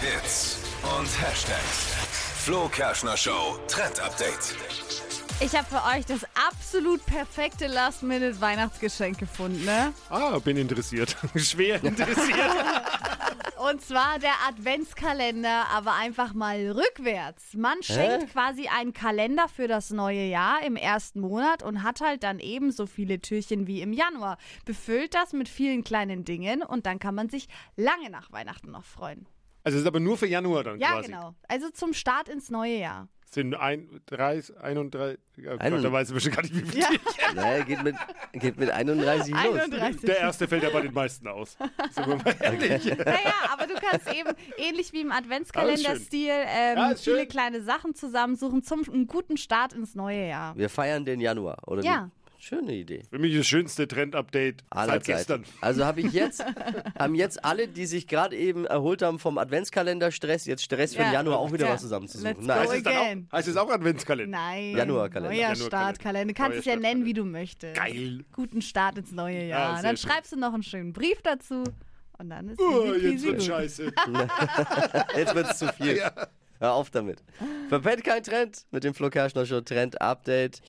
Hits und Hashtags. Flo Kerschner Show Trend Update. Ich habe für euch das absolut perfekte Last-Minute-Weihnachtsgeschenk gefunden, ne? Ah, bin interessiert. Schwer interessiert. Und zwar der Adventskalender, aber einfach mal rückwärts. Man schenkt quasi einen Kalender für das neue Jahr im ersten Monat und hat halt dann ebenso viele Türchen wie im Januar. Befüllt das mit vielen kleinen Dingen und dann kann man sich lange nach Weihnachten noch freuen. Also es ist aber nur für Januar dann Ja, quasi. genau. Also zum Start ins neue Jahr. Sind ein, 30, 31, oh Gott, Einund- da weiß ich bestimmt gar nicht, wie viel. Ja. Naja, geht mit, geht mit 31 los. 31. Der erste fällt ja bei den meisten aus. Sind wir mal ehrlich. Naja, aber du kannst eben ähnlich wie im Adventskalenderstil ähm, Ja, ist schön. viele kleine Sachen zusammensuchen zum einen guten Start ins neue Jahr. Wir feiern den Januar, oder? Ja. wie? Schöne Idee. Für mich das schönste Trend-Update Aller seit gestern. Zeiten. Also habe ich jetzt, haben jetzt alle, die sich gerade eben erholt haben vom Adventskalenderstress, jetzt Stress für den Ja. Januar auch wieder Ja. was zusammenzusuchen. Let's Nein, go es ist- Dann Again. auch, heißt es auch Adventskalender? Nein. Januarkalender. Neuer Januarkalender. Startkalender. Du kannst Neuer es ja nennen, Startkalender. wie du möchtest. Geil. Guten Start ins neue Jahr. sehr dann schön. schreibst du noch einen schönen Brief dazu und dann ist Oh, easy jetzt peasy wird gut. scheiße. jetzt wird es zu viel. Hör auf damit. Verpennt kein Trend mit dem Flo Kerschner Show Trend Update.